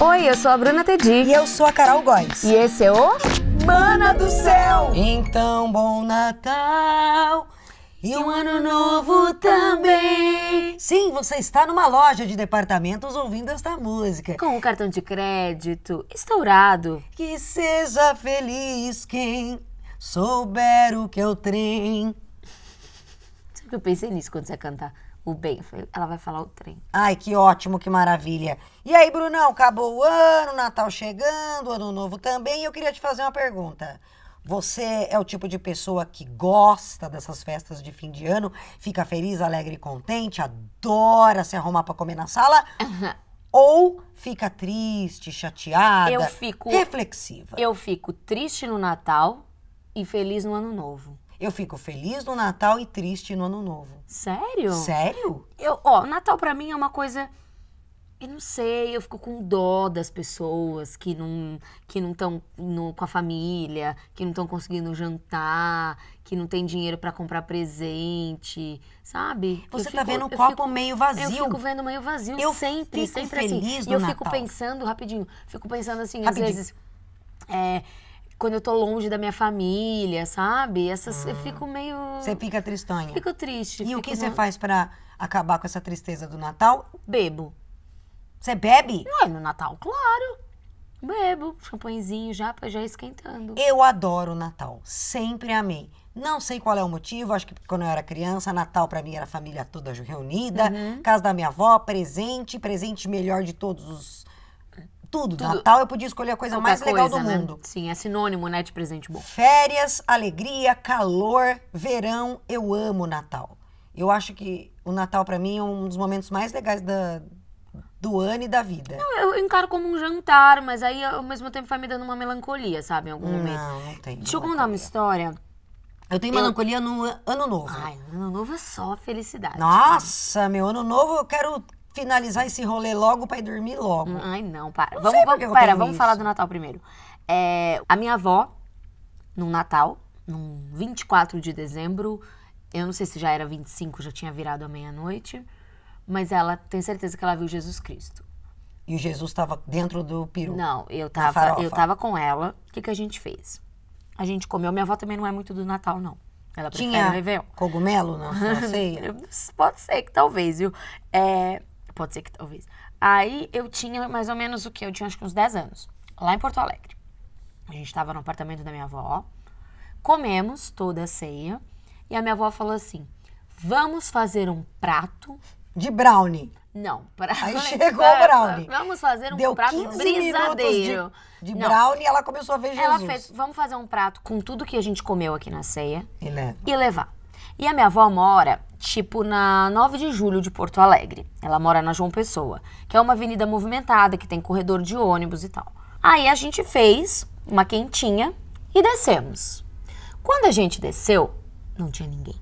Oi, eu sou a Bruna Tedi. E eu sou a Carol Góes. E esse é o Mana do Céu! Então, bom Natal e um ano novo também. Sim, você está numa loja de departamentos ouvindo esta música. com o cartão de crédito estourado. Que seja feliz quem souber o que é o trem. Sabe que eu pensei nisso quando você ia cantar o bem? Eu falei, Ela vai falar o trem. Ai, que ótimo, que maravilha. E aí, Brunão, acabou o ano, Natal chegando, Ano Novo também. Eu queria te fazer uma pergunta. Você é o tipo de pessoa que gosta dessas festas de fim de ano, fica feliz, alegre e contente, adora se arrumar pra comer na sala? Ou fica triste, chateada, Eu fico- reflexiva? Eu fico triste no Natal e feliz no Ano Novo. Eu fico feliz no Natal e triste no Ano Novo. Sério? Sério? Eu, ó, Natal pra mim é uma coisa. Eu não sei, eu fico com dó das pessoas que não que não estão com a família, que não estão conseguindo jantar, que não tem dinheiro pra comprar presente, sabe? Você Eu tá fico- vendo o eu copo fico- meio Eu vazio. fico vendo meio vazio Eu sempre, fico sempre feliz assim. no e eu fico Natal. pensando, rapidinho, fico pensando assim, Rapidinho. às vezes, é, quando eu tô longe da minha família, sabe? Essas, Eu fico meio. Você fica tristonha. Fico triste. E o fico que você numa- faz pra acabar com essa tristeza do Natal? Bebo. Você bebe? Ah, no Natal, claro. Bebo, champanhezinho já, pra já ir esquentando. Eu adoro o Natal, sempre amei. Não sei qual é o motivo, acho que quando eu era criança, Natal pra mim era a família toda reunida, Uhum. casa da minha avó, presente, presente melhor de todos os tudo, Tudo. Natal eu podia escolher a coisa Qualquer é mais legal coisa, do né? mundo. Sim, é sinônimo, né, de presente bom. Férias, alegria, calor, verão, eu amo o Natal. Eu acho que o Natal pra mim é um dos momentos mais legais da- do ano e da vida. Eu, eu encaro como um jantar, mas aí ao mesmo tempo vai me dando uma melancolia, sabe, em algum momento. Não, não tem. Deixa eu melancolia. contar uma história. Eu tenho Eu- melancolia no a- ano novo. Ai, ano novo é só felicidade. Nossa, meu ano novo, eu quero finalizar esse rolê logo pra ir dormir logo. Hum, Ai, não, para. Não vamos, sei por vamos- que eu pera, tenho vamos isso. falar do Natal primeiro. É, a minha avó, no Natal, num 24 de dezembro, eu não sei se já era 25, já tinha virado a meia-noite, mas ela tem certeza que ela viu Jesus Cristo. E o Jesus tava dentro do peru. Não, eu Na tava, eu farofa. tava com ela. O que, que a gente fez? A gente comeu. Minha avó também não é muito do Natal, não. Ela prefere Tinha o Réveillon. cogumelo na sua ceia? Eu- Pode ser que talvez, viu? É, pode ser que talvez. Aí eu tinha mais ou menos o quê? Eu tinha acho que uns 10 anos, lá em Porto Alegre. A gente tava no apartamento da minha avó, comemos toda a ceia, e a minha avó falou assim: vamos fazer um prato. De brownie. Não, pra... Aí chegou o brownie. Vamos fazer um Deu prato 15 brisadeiro. minutos de, de Não. brownie e ela começou a ver Jesus. Ela fez, vamos fazer um prato com tudo que a gente comeu aqui na ceia E né, leva. e levar. E a minha avó mora, tipo, na 9 de julho de Porto Alegre. Ela mora na João Pessoa, que é uma avenida movimentada, que tem corredor de ônibus e tal. Aí a gente fez uma quentinha e descemos. Quando a gente desceu, não tinha ninguém.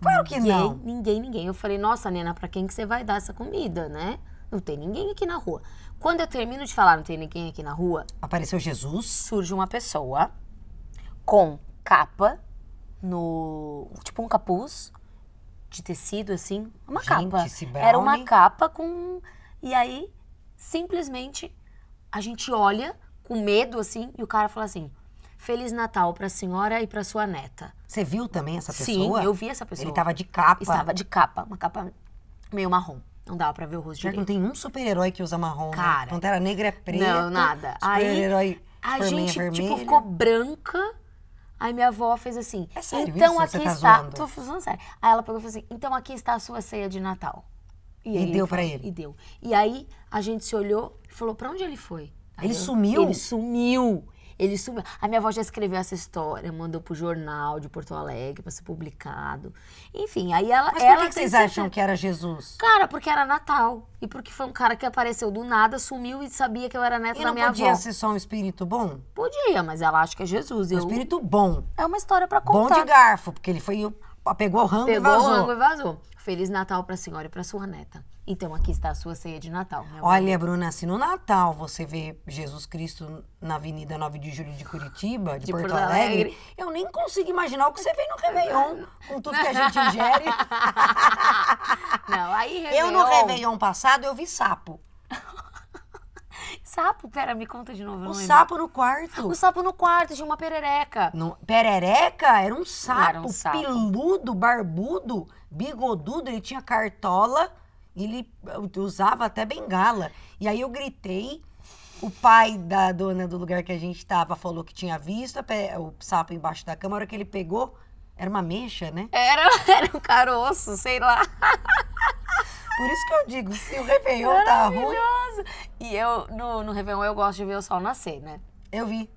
Claro que Ninguém, não. ninguém, ninguém. Eu falei, nossa, Nena, pra quem que você vai dar essa comida, né? Não tem ninguém aqui na rua. Quando eu termino de falar, não tem ninguém aqui na rua, Apareceu Jesus. surge uma pessoa com capa no tipo um capuz de tecido assim, uma Gente, capa. esse Era uma brownie. capa com e aí simplesmente a gente olha com medo assim e o cara fala assim: "Feliz Natal pra senhora e pra sua neta". Você viu também essa Sim, pessoa? eu vi essa pessoa. Ele tava de capa. estava de capa, uma capa meio marrom. Não dava pra ver o rosto Já que direito. não tem um super-herói que usa marrom. né? Cara. Pantera Negra é preto. Não, nada. Aí, Super-herói. A Superman é gente, tipo, vermelho. ficou branca. Aí minha avó fez assim. É sério então isso? aqui Você tá está. zoando?" Tô falando sério. Aí ela pegou e falou assim: então aqui está a sua ceia de Natal. E aí deu falou- pra ele? E deu. E aí a gente se olhou e falou: pra onde ele foi? Aí Ele eu- sumiu? Ele sumiu. Ele sumiu. A minha avó já escreveu essa história, mandou pro jornal de Porto Alegre pra ser publicado. Enfim, aí ela. Mas ela por que que, tem vocês certeza- acham que era Jesus? Cara, porque era Natal. E porque foi um cara que apareceu do nada, sumiu e sabia que eu era neta E da não minha podia avó. ser só um espírito bom? Podia, mas ela acha que é Jesus. Um Eu... espírito bom. É uma história pra Bom contar. de garfo, porque ele foi. Pegou o rango e Pegou o vazou. rango e vazou. Feliz Natal pra senhora e pra sua neta. Então aqui está a sua ceia de Natal. né, minha avó. Olha, Bruna, se no Natal você vê Jesus Cristo na Avenida 9 de Julho de Curitiba, de, De Porto Porto Alegre, Alegre. Ah, eu nem consigo imaginar o que você vê no Réveillon, com tudo que a gente ingere. Não, aí eu no Réveillon- Réveillon passado, eu vi sapo. Sapo, pera, me conta de novo. eu O não lembro. sapo no quarto. O sapo no quarto, tinha uma perereca. Não, perereca era um sapo, Era um sapo. peludo, barbudo, bigodudo, ele tinha cartola, ele usava até bengala. E aí eu gritei, o pai da dona do lugar que a gente tava falou que tinha visto a pe- o sapo embaixo da cama, a hora que ele pegou, era uma mecha, né? Era, era um caroço, sei lá. Por isso que eu digo, se o Réveillon tá ruim, Maravilhoso. E eu, no, no Réveillon, eu gosto de ver o sol nascer, né? eu vi,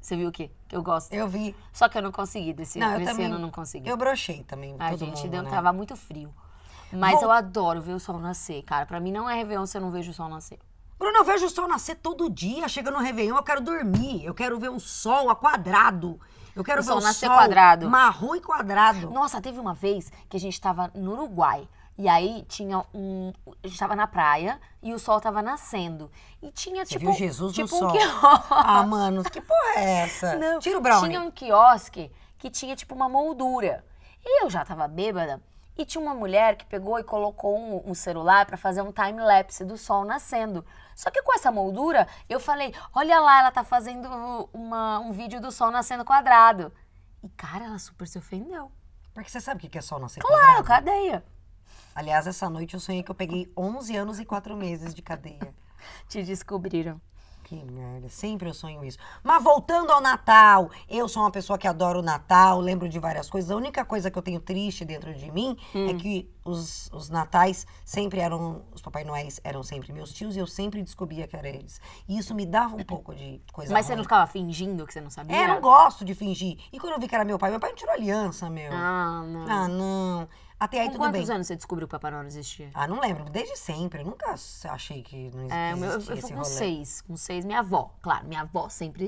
Você viu o quê? Que eu gosto. eu vi. Só que eu não consegui desse Não, ano. eu Esse também- ano eu não consegui. Eu brochei também, A todo gente mundo, deu, né? tava muito frio. Mas Bom- eu adoro ver o sol nascer, cara. Pra mim não é Réveillon se eu não vejo o sol nascer. Bruno, eu vejo o sol nascer todo dia. Chega no Réveillon, eu quero dormir. Eu quero ver um sol a quadrado. Eu quero O ver sol um nascer sol quadrado. marrom e quadrado. Nossa, teve uma vez que a gente tava no Uruguai. E aí tinha um. A gente tava na praia e o sol tava nascendo. E tinha Você tipo. viu Jesus tipo no sol. um quiosque. Ah, mano, que porra é essa? Não, Tira o brownie. Tinha um quiosque que tinha tipo uma moldura. E eu já tava bêbada. E tinha uma mulher que pegou e colocou um, um celular pra fazer um time-lapse do sol nascendo. Só que com essa moldura, eu falei: olha lá, ela tá fazendo uma- um vídeo do sol nascendo quadrado. E cara, ela super se ofendeu. Porque você sabe o que que é sol nascer Claro, quadrado? cadeia. Aliás, essa noite eu sonhei que eu peguei 11 anos e 4 meses de cadeia. Te descobriram. Que merda, sempre eu sonho isso. Mas voltando ao Natal, eu sou uma pessoa que adora o Natal, lembro de várias coisas. A única coisa que eu tenho triste dentro de mim Hum. é que os, os natais sempre eram. Os Papai Noéis eram sempre meus tios e eu sempre descobria que era eles. E isso me dava um pouco de coisa. Mas você não ruim. ficava fingindo que você não sabia? É, eu não gosto de fingir. E quando eu vi que era meu pai, meu pai me tirou a aliança, meu. Ah, Ah, não. não. Até aí Com tudo bem. quantos anos você descobriu que o Papai Noel não existia? Ah, não lembro. Desde sempre. Eu nunca achei que não existia, É, o meu, eu, eu esse fui com rolê. seis, com seis, minha avó. Claro, minha avó sempre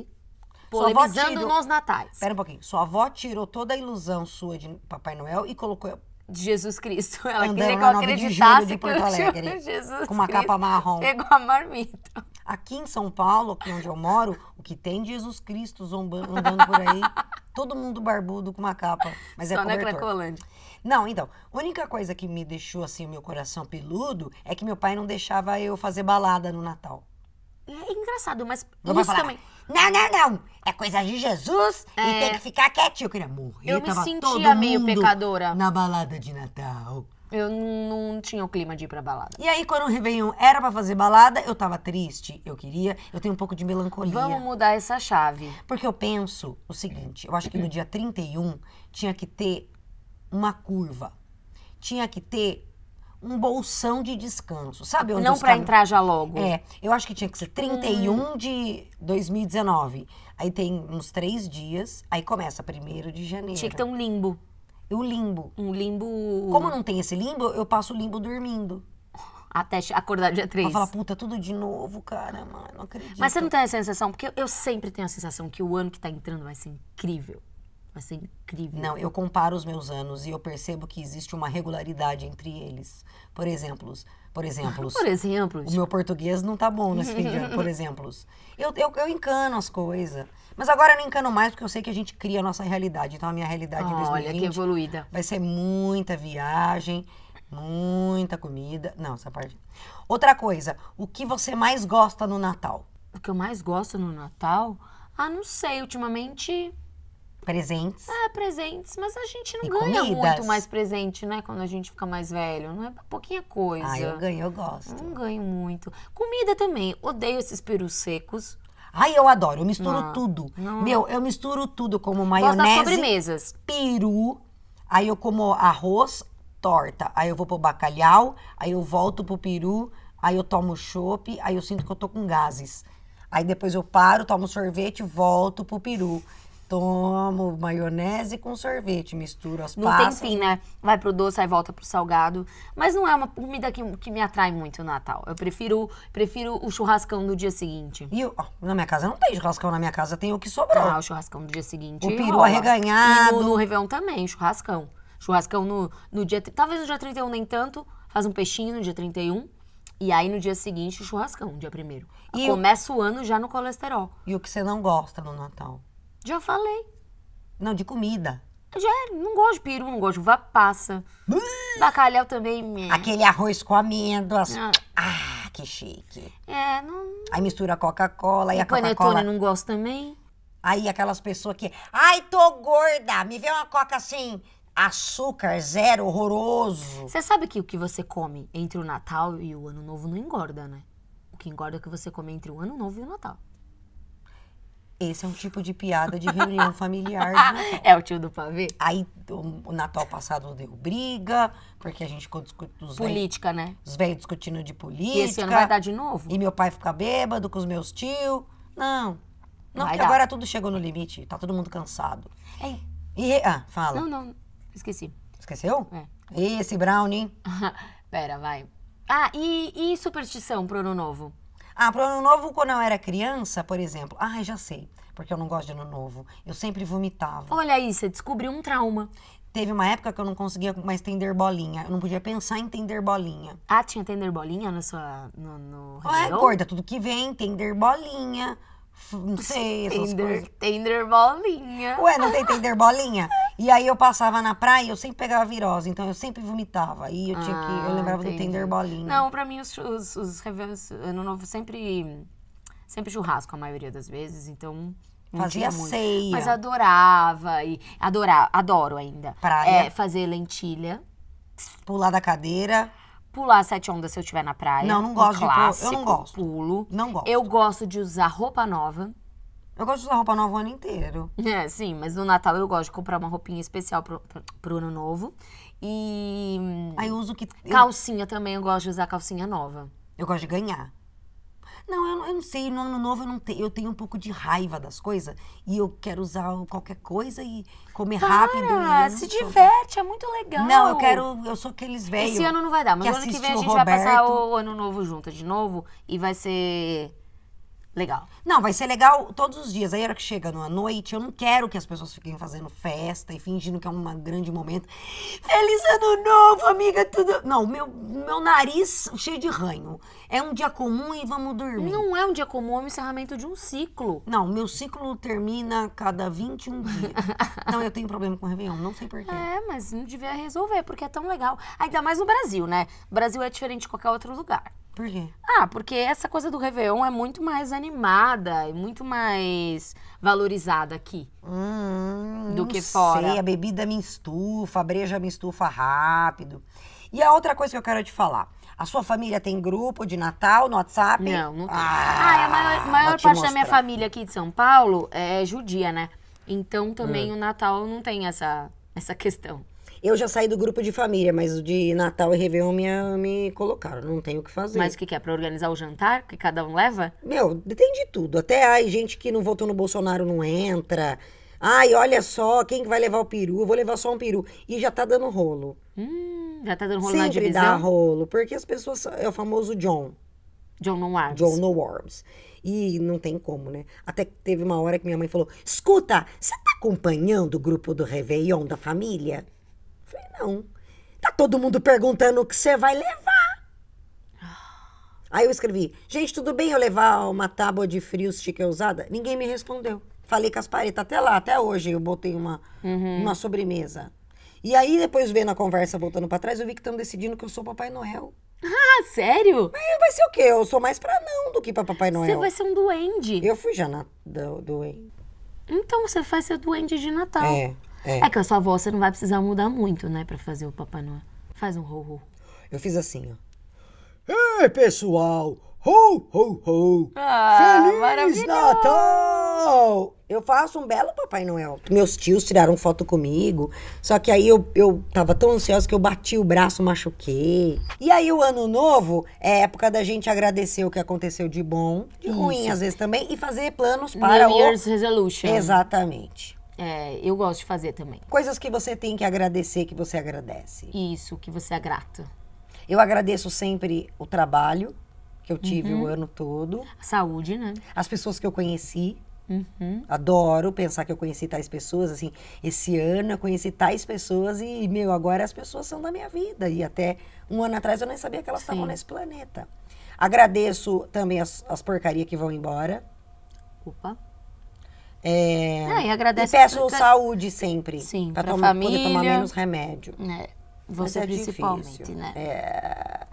Sua avó polemizando tirou- nos natais. Pera um pouquinho. Sua avó tirou toda a ilusão sua de Papai Noel e colocou De Jesus Cristo. Ela Andando queria que eu na 9 de julho acreditasse de que Porto o Alegre, Jesus com uma Cristo capa marrom. pegou a marmita. Aqui em São Paulo, aqui onde eu moro, o que tem de Jesus Cristo zombando, andando por aí. Todo mundo barbudo com uma capa. Mas é Só né, na cobertor. Cracolândia. Não, então. A única coisa que me deixou assim, o meu coração peludo, é que meu pai não deixava eu fazer balada no Natal. E É engraçado, mas Meu pai isso falava, também. É. Não, não, não. É coisa de Jesus e tem que ficar quietinho. Eu queria morrer. Eu me Tava sentia todo meio mundo pecadora. Na balada de Natal. Eu não, não tinha o clima de ir pra balada. E aí, quando o Réveillon era pra fazer balada, eu tava triste, eu queria, eu tenho um pouco de melancolia. Vamos mudar essa chave. Porque eu penso o seguinte, eu acho Uhum. que no dia 31 tinha que ter uma curva. Tinha que ter um bolsão de descanso, sabe? Onde não os pra cam- entrar Hum. já logo. É, eu acho que tinha que ser 31 de 2019. Aí tem uns três dias, aí começa 1 de janeiro. Tinha que ter um limbo. E o limbo. Um limbo. Como não tem esse limbo, eu passo o limbo dormindo. Até che- acordar dia 3. Ela fala, puta, tudo de novo, cara, mano, não acredito. Mas você não tem a sensação, porque eu- eu sempre tenho a sensação que o ano que tá entrando vai ser incrível. Vai ser incrível. Não, eu comparo os meus anos e eu percebo que existe uma regularidade entre eles. Por exemplo, por exemplo, Por exemplo, o meu português não tá bom nesse fim de ano, por exemplo. Eu, eu, eu encano as coisas. Mas agora eu não encano mais porque eu sei que a gente cria a nossa realidade. Então a minha realidade em olha que 2020 evoluída. vai ser muita viagem, muita comida. Não, essa parte. Outra coisa, o que você mais gosta no Natal? O que eu mais gosto no Natal, ah, não sei, ultimamente Presentes. é presentes, mas a gente não E ganha comidas. muito mais presente, né? Quando a gente fica mais velho, não é pouquinha coisa. Ah, eu ganho, eu gosto. Não ganho muito. Comida também. Odeio esses perus secos. Ai, eu adoro, eu misturo Não, tudo. Ah, não. Meu, eu misturo tudo, como Gosto das maionese, sobremesas. peru, aí eu como arroz, torta, aí eu vou pro bacalhau, aí eu volto pro peru, aí eu tomo chopp, aí eu sinto que eu tô com gases. Aí depois eu paro, tomo sorvete, volto pro peru. Tomo maionese com sorvete, misturo as Não passas. tem fim, né? Vai pro doce, aí volta pro salgado. Mas não é uma comida que, que me atrai muito o Natal. Eu prefiro, prefiro o churrascão do dia seguinte. E eu- ó, na minha casa não tem churrascão, na minha casa tem o que sobrou. Ah, o churrascão do dia seguinte. O peru rola. arreganhado. E no, no Réveillon também, churrascão. Churrascão no, no dia. tri- Talvez no dia 31 nem tanto. Faz um peixinho no dia 31. E aí no dia seguinte, o churrascão, dia primeiro. E o- Começa o ano já no colesterol. E o que você não gosta no Natal? Já falei. Não, de comida. Já é, não gosto de peru, não gosto de uva passa. Bacalhau também. meh. Aquele arroz com amêndoas. É. Ah. Ah, que chique. É, não. Aí mistura Coca-Cola e a o panetone Coca-Cola. não gosta também? Aí aquelas pessoas que, ai, tô gorda, me vê uma Coca assim, açúcar zero, horroroso. Você sabe que o que você come entre o Natal e o Ano Novo não engorda, né? O que engorda é o que você come entre o Ano Novo e o Natal. Esse é um tipo de piada de reunião familiar. de Natal. É o tio do pavê? Aí um, o o Natal passado deu briga, porque a gente ficou discutindo os velhos Política, né? os velhos discutindo de E política. esse ano vai dar de novo? E meu pai fica bêbado com os meus tios. Não. Não, Vai porque dar. agora tudo chegou no limite. Tá todo mundo cansado. Ei, E. re- Ah, fala. não, não. Esqueci. Esqueceu? É. Esse brownie. Pera, vai. Ah, e, e superstição pro Ano Novo? Ah, pro ano novo, quando eu era criança, por exemplo. Ah, já sei. Porque eu não gosto de ano novo. Eu sempre vomitava. Olha aí, você descobriu um trauma. Teve uma época que eu não conseguia mais tender bolinha. Eu não podia pensar em tender bolinha. Ah, tinha tender bolinha na sua, no, no Ah, é Réveillon? gorda, tudo que vem, tender bolinha. f- Não sei, essas coisas. Tender, tender bolinha. Ué, não tem tender bolinha? E aí eu passava na praia e eu sempre pegava virose, então eu sempre vomitava. E eu tinha que. Eu Ah, lembrava do entendi. tender bolinha. Não, pra mim os, os, os Réveillons, ano novo, sempre, sempre churrasco a maioria das vezes, então... não Fazia tinha muito. ceia. Mas adorava, e adorava, adoro ainda. Praia. É, fazer lentilha, Pular da cadeira. pular sete ondas se eu estiver na praia. Não, não um gosto de pular. Eu não clássico, gosto. pulo. Não gosto. Eu gosto de usar roupa nova. Eu gosto de usar roupa nova o ano inteiro. É, sim, mas no Natal eu gosto de comprar uma roupinha especial pro, pro- pro ano novo. E. hum, Aí eu uso o que. Eu, Calcinha também, eu gosto de usar calcinha nova. eu gosto de ganhar. Não, eu, não- eu não sei. No ano novo eu não tenho. Eu tenho um pouco de raiva das coisas. E eu quero usar qualquer coisa e comer rápido. e eu Ah, não se sou- diverte, é muito legal. Não, eu quero. Eu sou aqueles velhos. Esse ano não vai dar, mas que o ano que vem assiste a o gente vai passar Roberto. o ano novo junto de novo e vai ser legal. Não, vai ser legal todos os dias. Aí a hora que chega numa noite, eu não quero que as pessoas fiquem fazendo festa e fingindo que é um grande momento. Feliz ano novo, amiga, tudo. Não, meu, meu nariz cheio de ranho. É um dia comum e vamos dormir. Não, Não é um dia comum, é um encerramento de um ciclo. meu ciclo termina a cada 21 dias. não, eu tenho problema com o Réveillon, não sei porquê. É, mas não devia resolver, porque é tão legal. Ainda mais no Brasil, né? O Brasil é diferente de qualquer outro lugar. Por quê? Ah, porque essa coisa do Réveillon é muito mais animada e muito mais valorizada aqui. Hum, Do não que fora. Sei, a bebida me estufa, a breja me estufa rápido. E a outra coisa que eu quero te falar. A sua família tem grupo de Natal no WhatsApp? Não, não tem. Ah, Ah, a maior, maior vou te parte da minha mostrar. família aqui de São Paulo é judia, né? Então também o Natal não tem essa, essa questão. Eu já saí do grupo de família, mas o de Natal e Réveillon me, me colocaram. Não tenho o que fazer. Mas o que, que é? Pra organizar o jantar que cada um leva? Meu, tem de tudo. Até ai, gente que não votou no Bolsonaro não entra. Ai, olha só, quem que vai levar o peru? Eu vou levar só um peru. E já tá dando rolo. Hum, já tá dando rolo na Sempre dá divisão? rolo, porque as pessoas... são- É o famoso John. John não arms. John No Worms. E não tem como, né? Até que teve uma hora que minha mãe falou: Escuta, você tá acompanhando o grupo do Réveillon da família? Eu falei: Não. Tá todo mundo perguntando o que você vai levar. Aí eu escrevi: Gente, tudo bem eu levar uma tábua de frios chique usada? Ninguém me respondeu. Falei com as paredes até lá, até hoje eu botei uma, Uhum. uma sobremesa. E aí, depois vendo a conversa voltando pra trás, eu vi que estão decidindo que eu sou Papai Noel. Ah, sério? Mas vai ser o quê? Eu sou mais pra não do que pra Papai Você Noel. vai ser um duende. Eu fui já na, do, do... Então você vai ser duende de Natal. É, é. É que a sua avó você não vai precisar mudar muito, né, pra fazer o Papai Noel. Faz um ho-ho. Eu fiz assim, ó. Ei, pessoal! Ho, ho, ho! Ah, Ah, Feliz Natal! Eu faço um belo Papai Noel. Meus tios tiraram foto comigo, só que aí eu, eu tava tão ansiosa que eu bati o braço, machuquei. E aí o ano novo é época da gente agradecer o que aconteceu de bom, de ruim às vezes também, e fazer planos para New o... Year's Resolution. Exatamente. É, eu gosto de fazer também. Coisas que você tem que agradecer, que você agradece. Isso, que você é grato. Eu agradeço sempre o trabalho que eu tive Uhum. o ano todo, A saúde, né? as pessoas que eu conheci. Uhum. Adoro pensar que eu conheci tais pessoas, assim, esse ano eu conheci tais pessoas e, meu, agora as pessoas são da minha vida. E até um ano atrás eu nem sabia que elas Sim. estavam nesse planeta. Agradeço também as, as porcarias que vão embora. Opa. É, Ah, e agradece e peço por- saúde sempre. Sim, pra pra tomar, poder tomar família. menos remédio. É, né? você Mas é principalmente, difícil. né? É.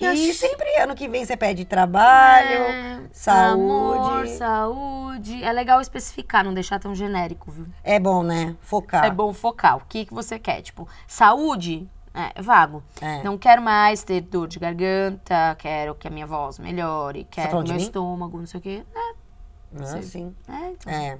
E acho- sempre ano que vem você pede trabalho, É, saúde. Amor, saúde. É legal especificar, não deixar tão genérico, viu? É bom, né? Focar. É bom focar. O que, que você quer? Tipo, saúde? É, vago. É. Não quero mais ter dor de garganta, quero que a minha voz melhore, quero tá falando que de meu mim? estômago, não sei o quê. Não, Sim. sim. É, é, então, É.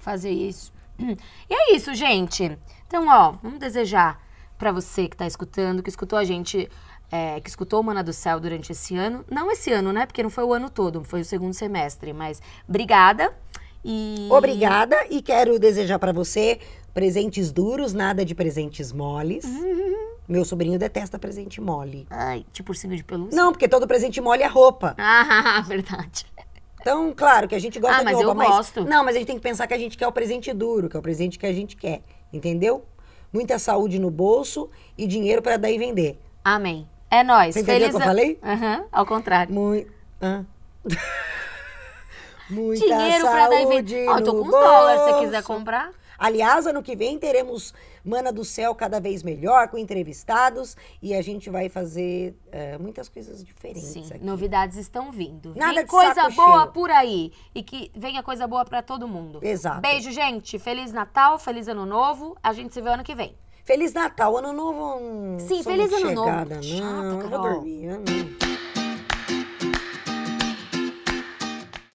fazer isso. E é isso, gente. Então, ó, vamos desejar pra você que tá escutando, que escutou a gente, é, que escutou o Mana do Céu durante esse ano. Não esse ano, né? Porque não foi o ano todo, foi o segundo semestre. Mas obrigada. E. Obrigada e quero desejar pra você presentes duros, nada de presentes moles. Uhum. Meu sobrinho detesta presente mole. Ai, tipo ursinho de pelúcia. Não, porque todo presente mole é roupa. Ah, verdade. Então, claro que a gente gosta Ah, mas de roupa, eu gosto. Não, mas a gente tem que pensar que a gente quer o presente duro, que é o presente que a gente quer, entendeu? Muita saúde no bolso e dinheiro pra daí vender. Amém. É nóis. Você entendeu o Feliz que eu falei? Aham, ao contrário. Muito. Hã? Muita Dinheiro pra dar e vender. Ó, eu tô no com uns dólares, se você bolso. quiser comprar. Aliás, ano que vem teremos Mana do Céu cada vez melhor, com entrevistados, e a gente vai fazer eh, muitas coisas diferentes Sim, aqui. novidades estão vindo. Nada Vem de coisa saco boa cheio. por aí. E que venha coisa boa pra todo mundo. Exato. Beijo, gente. Feliz Natal, feliz Ano Novo. A gente se vê ano que vem. Feliz Natal, ano novo. eu não Sim, sou feliz muito ano novo. chegada, Chata, não, eu vou Carol. dormir. eu não.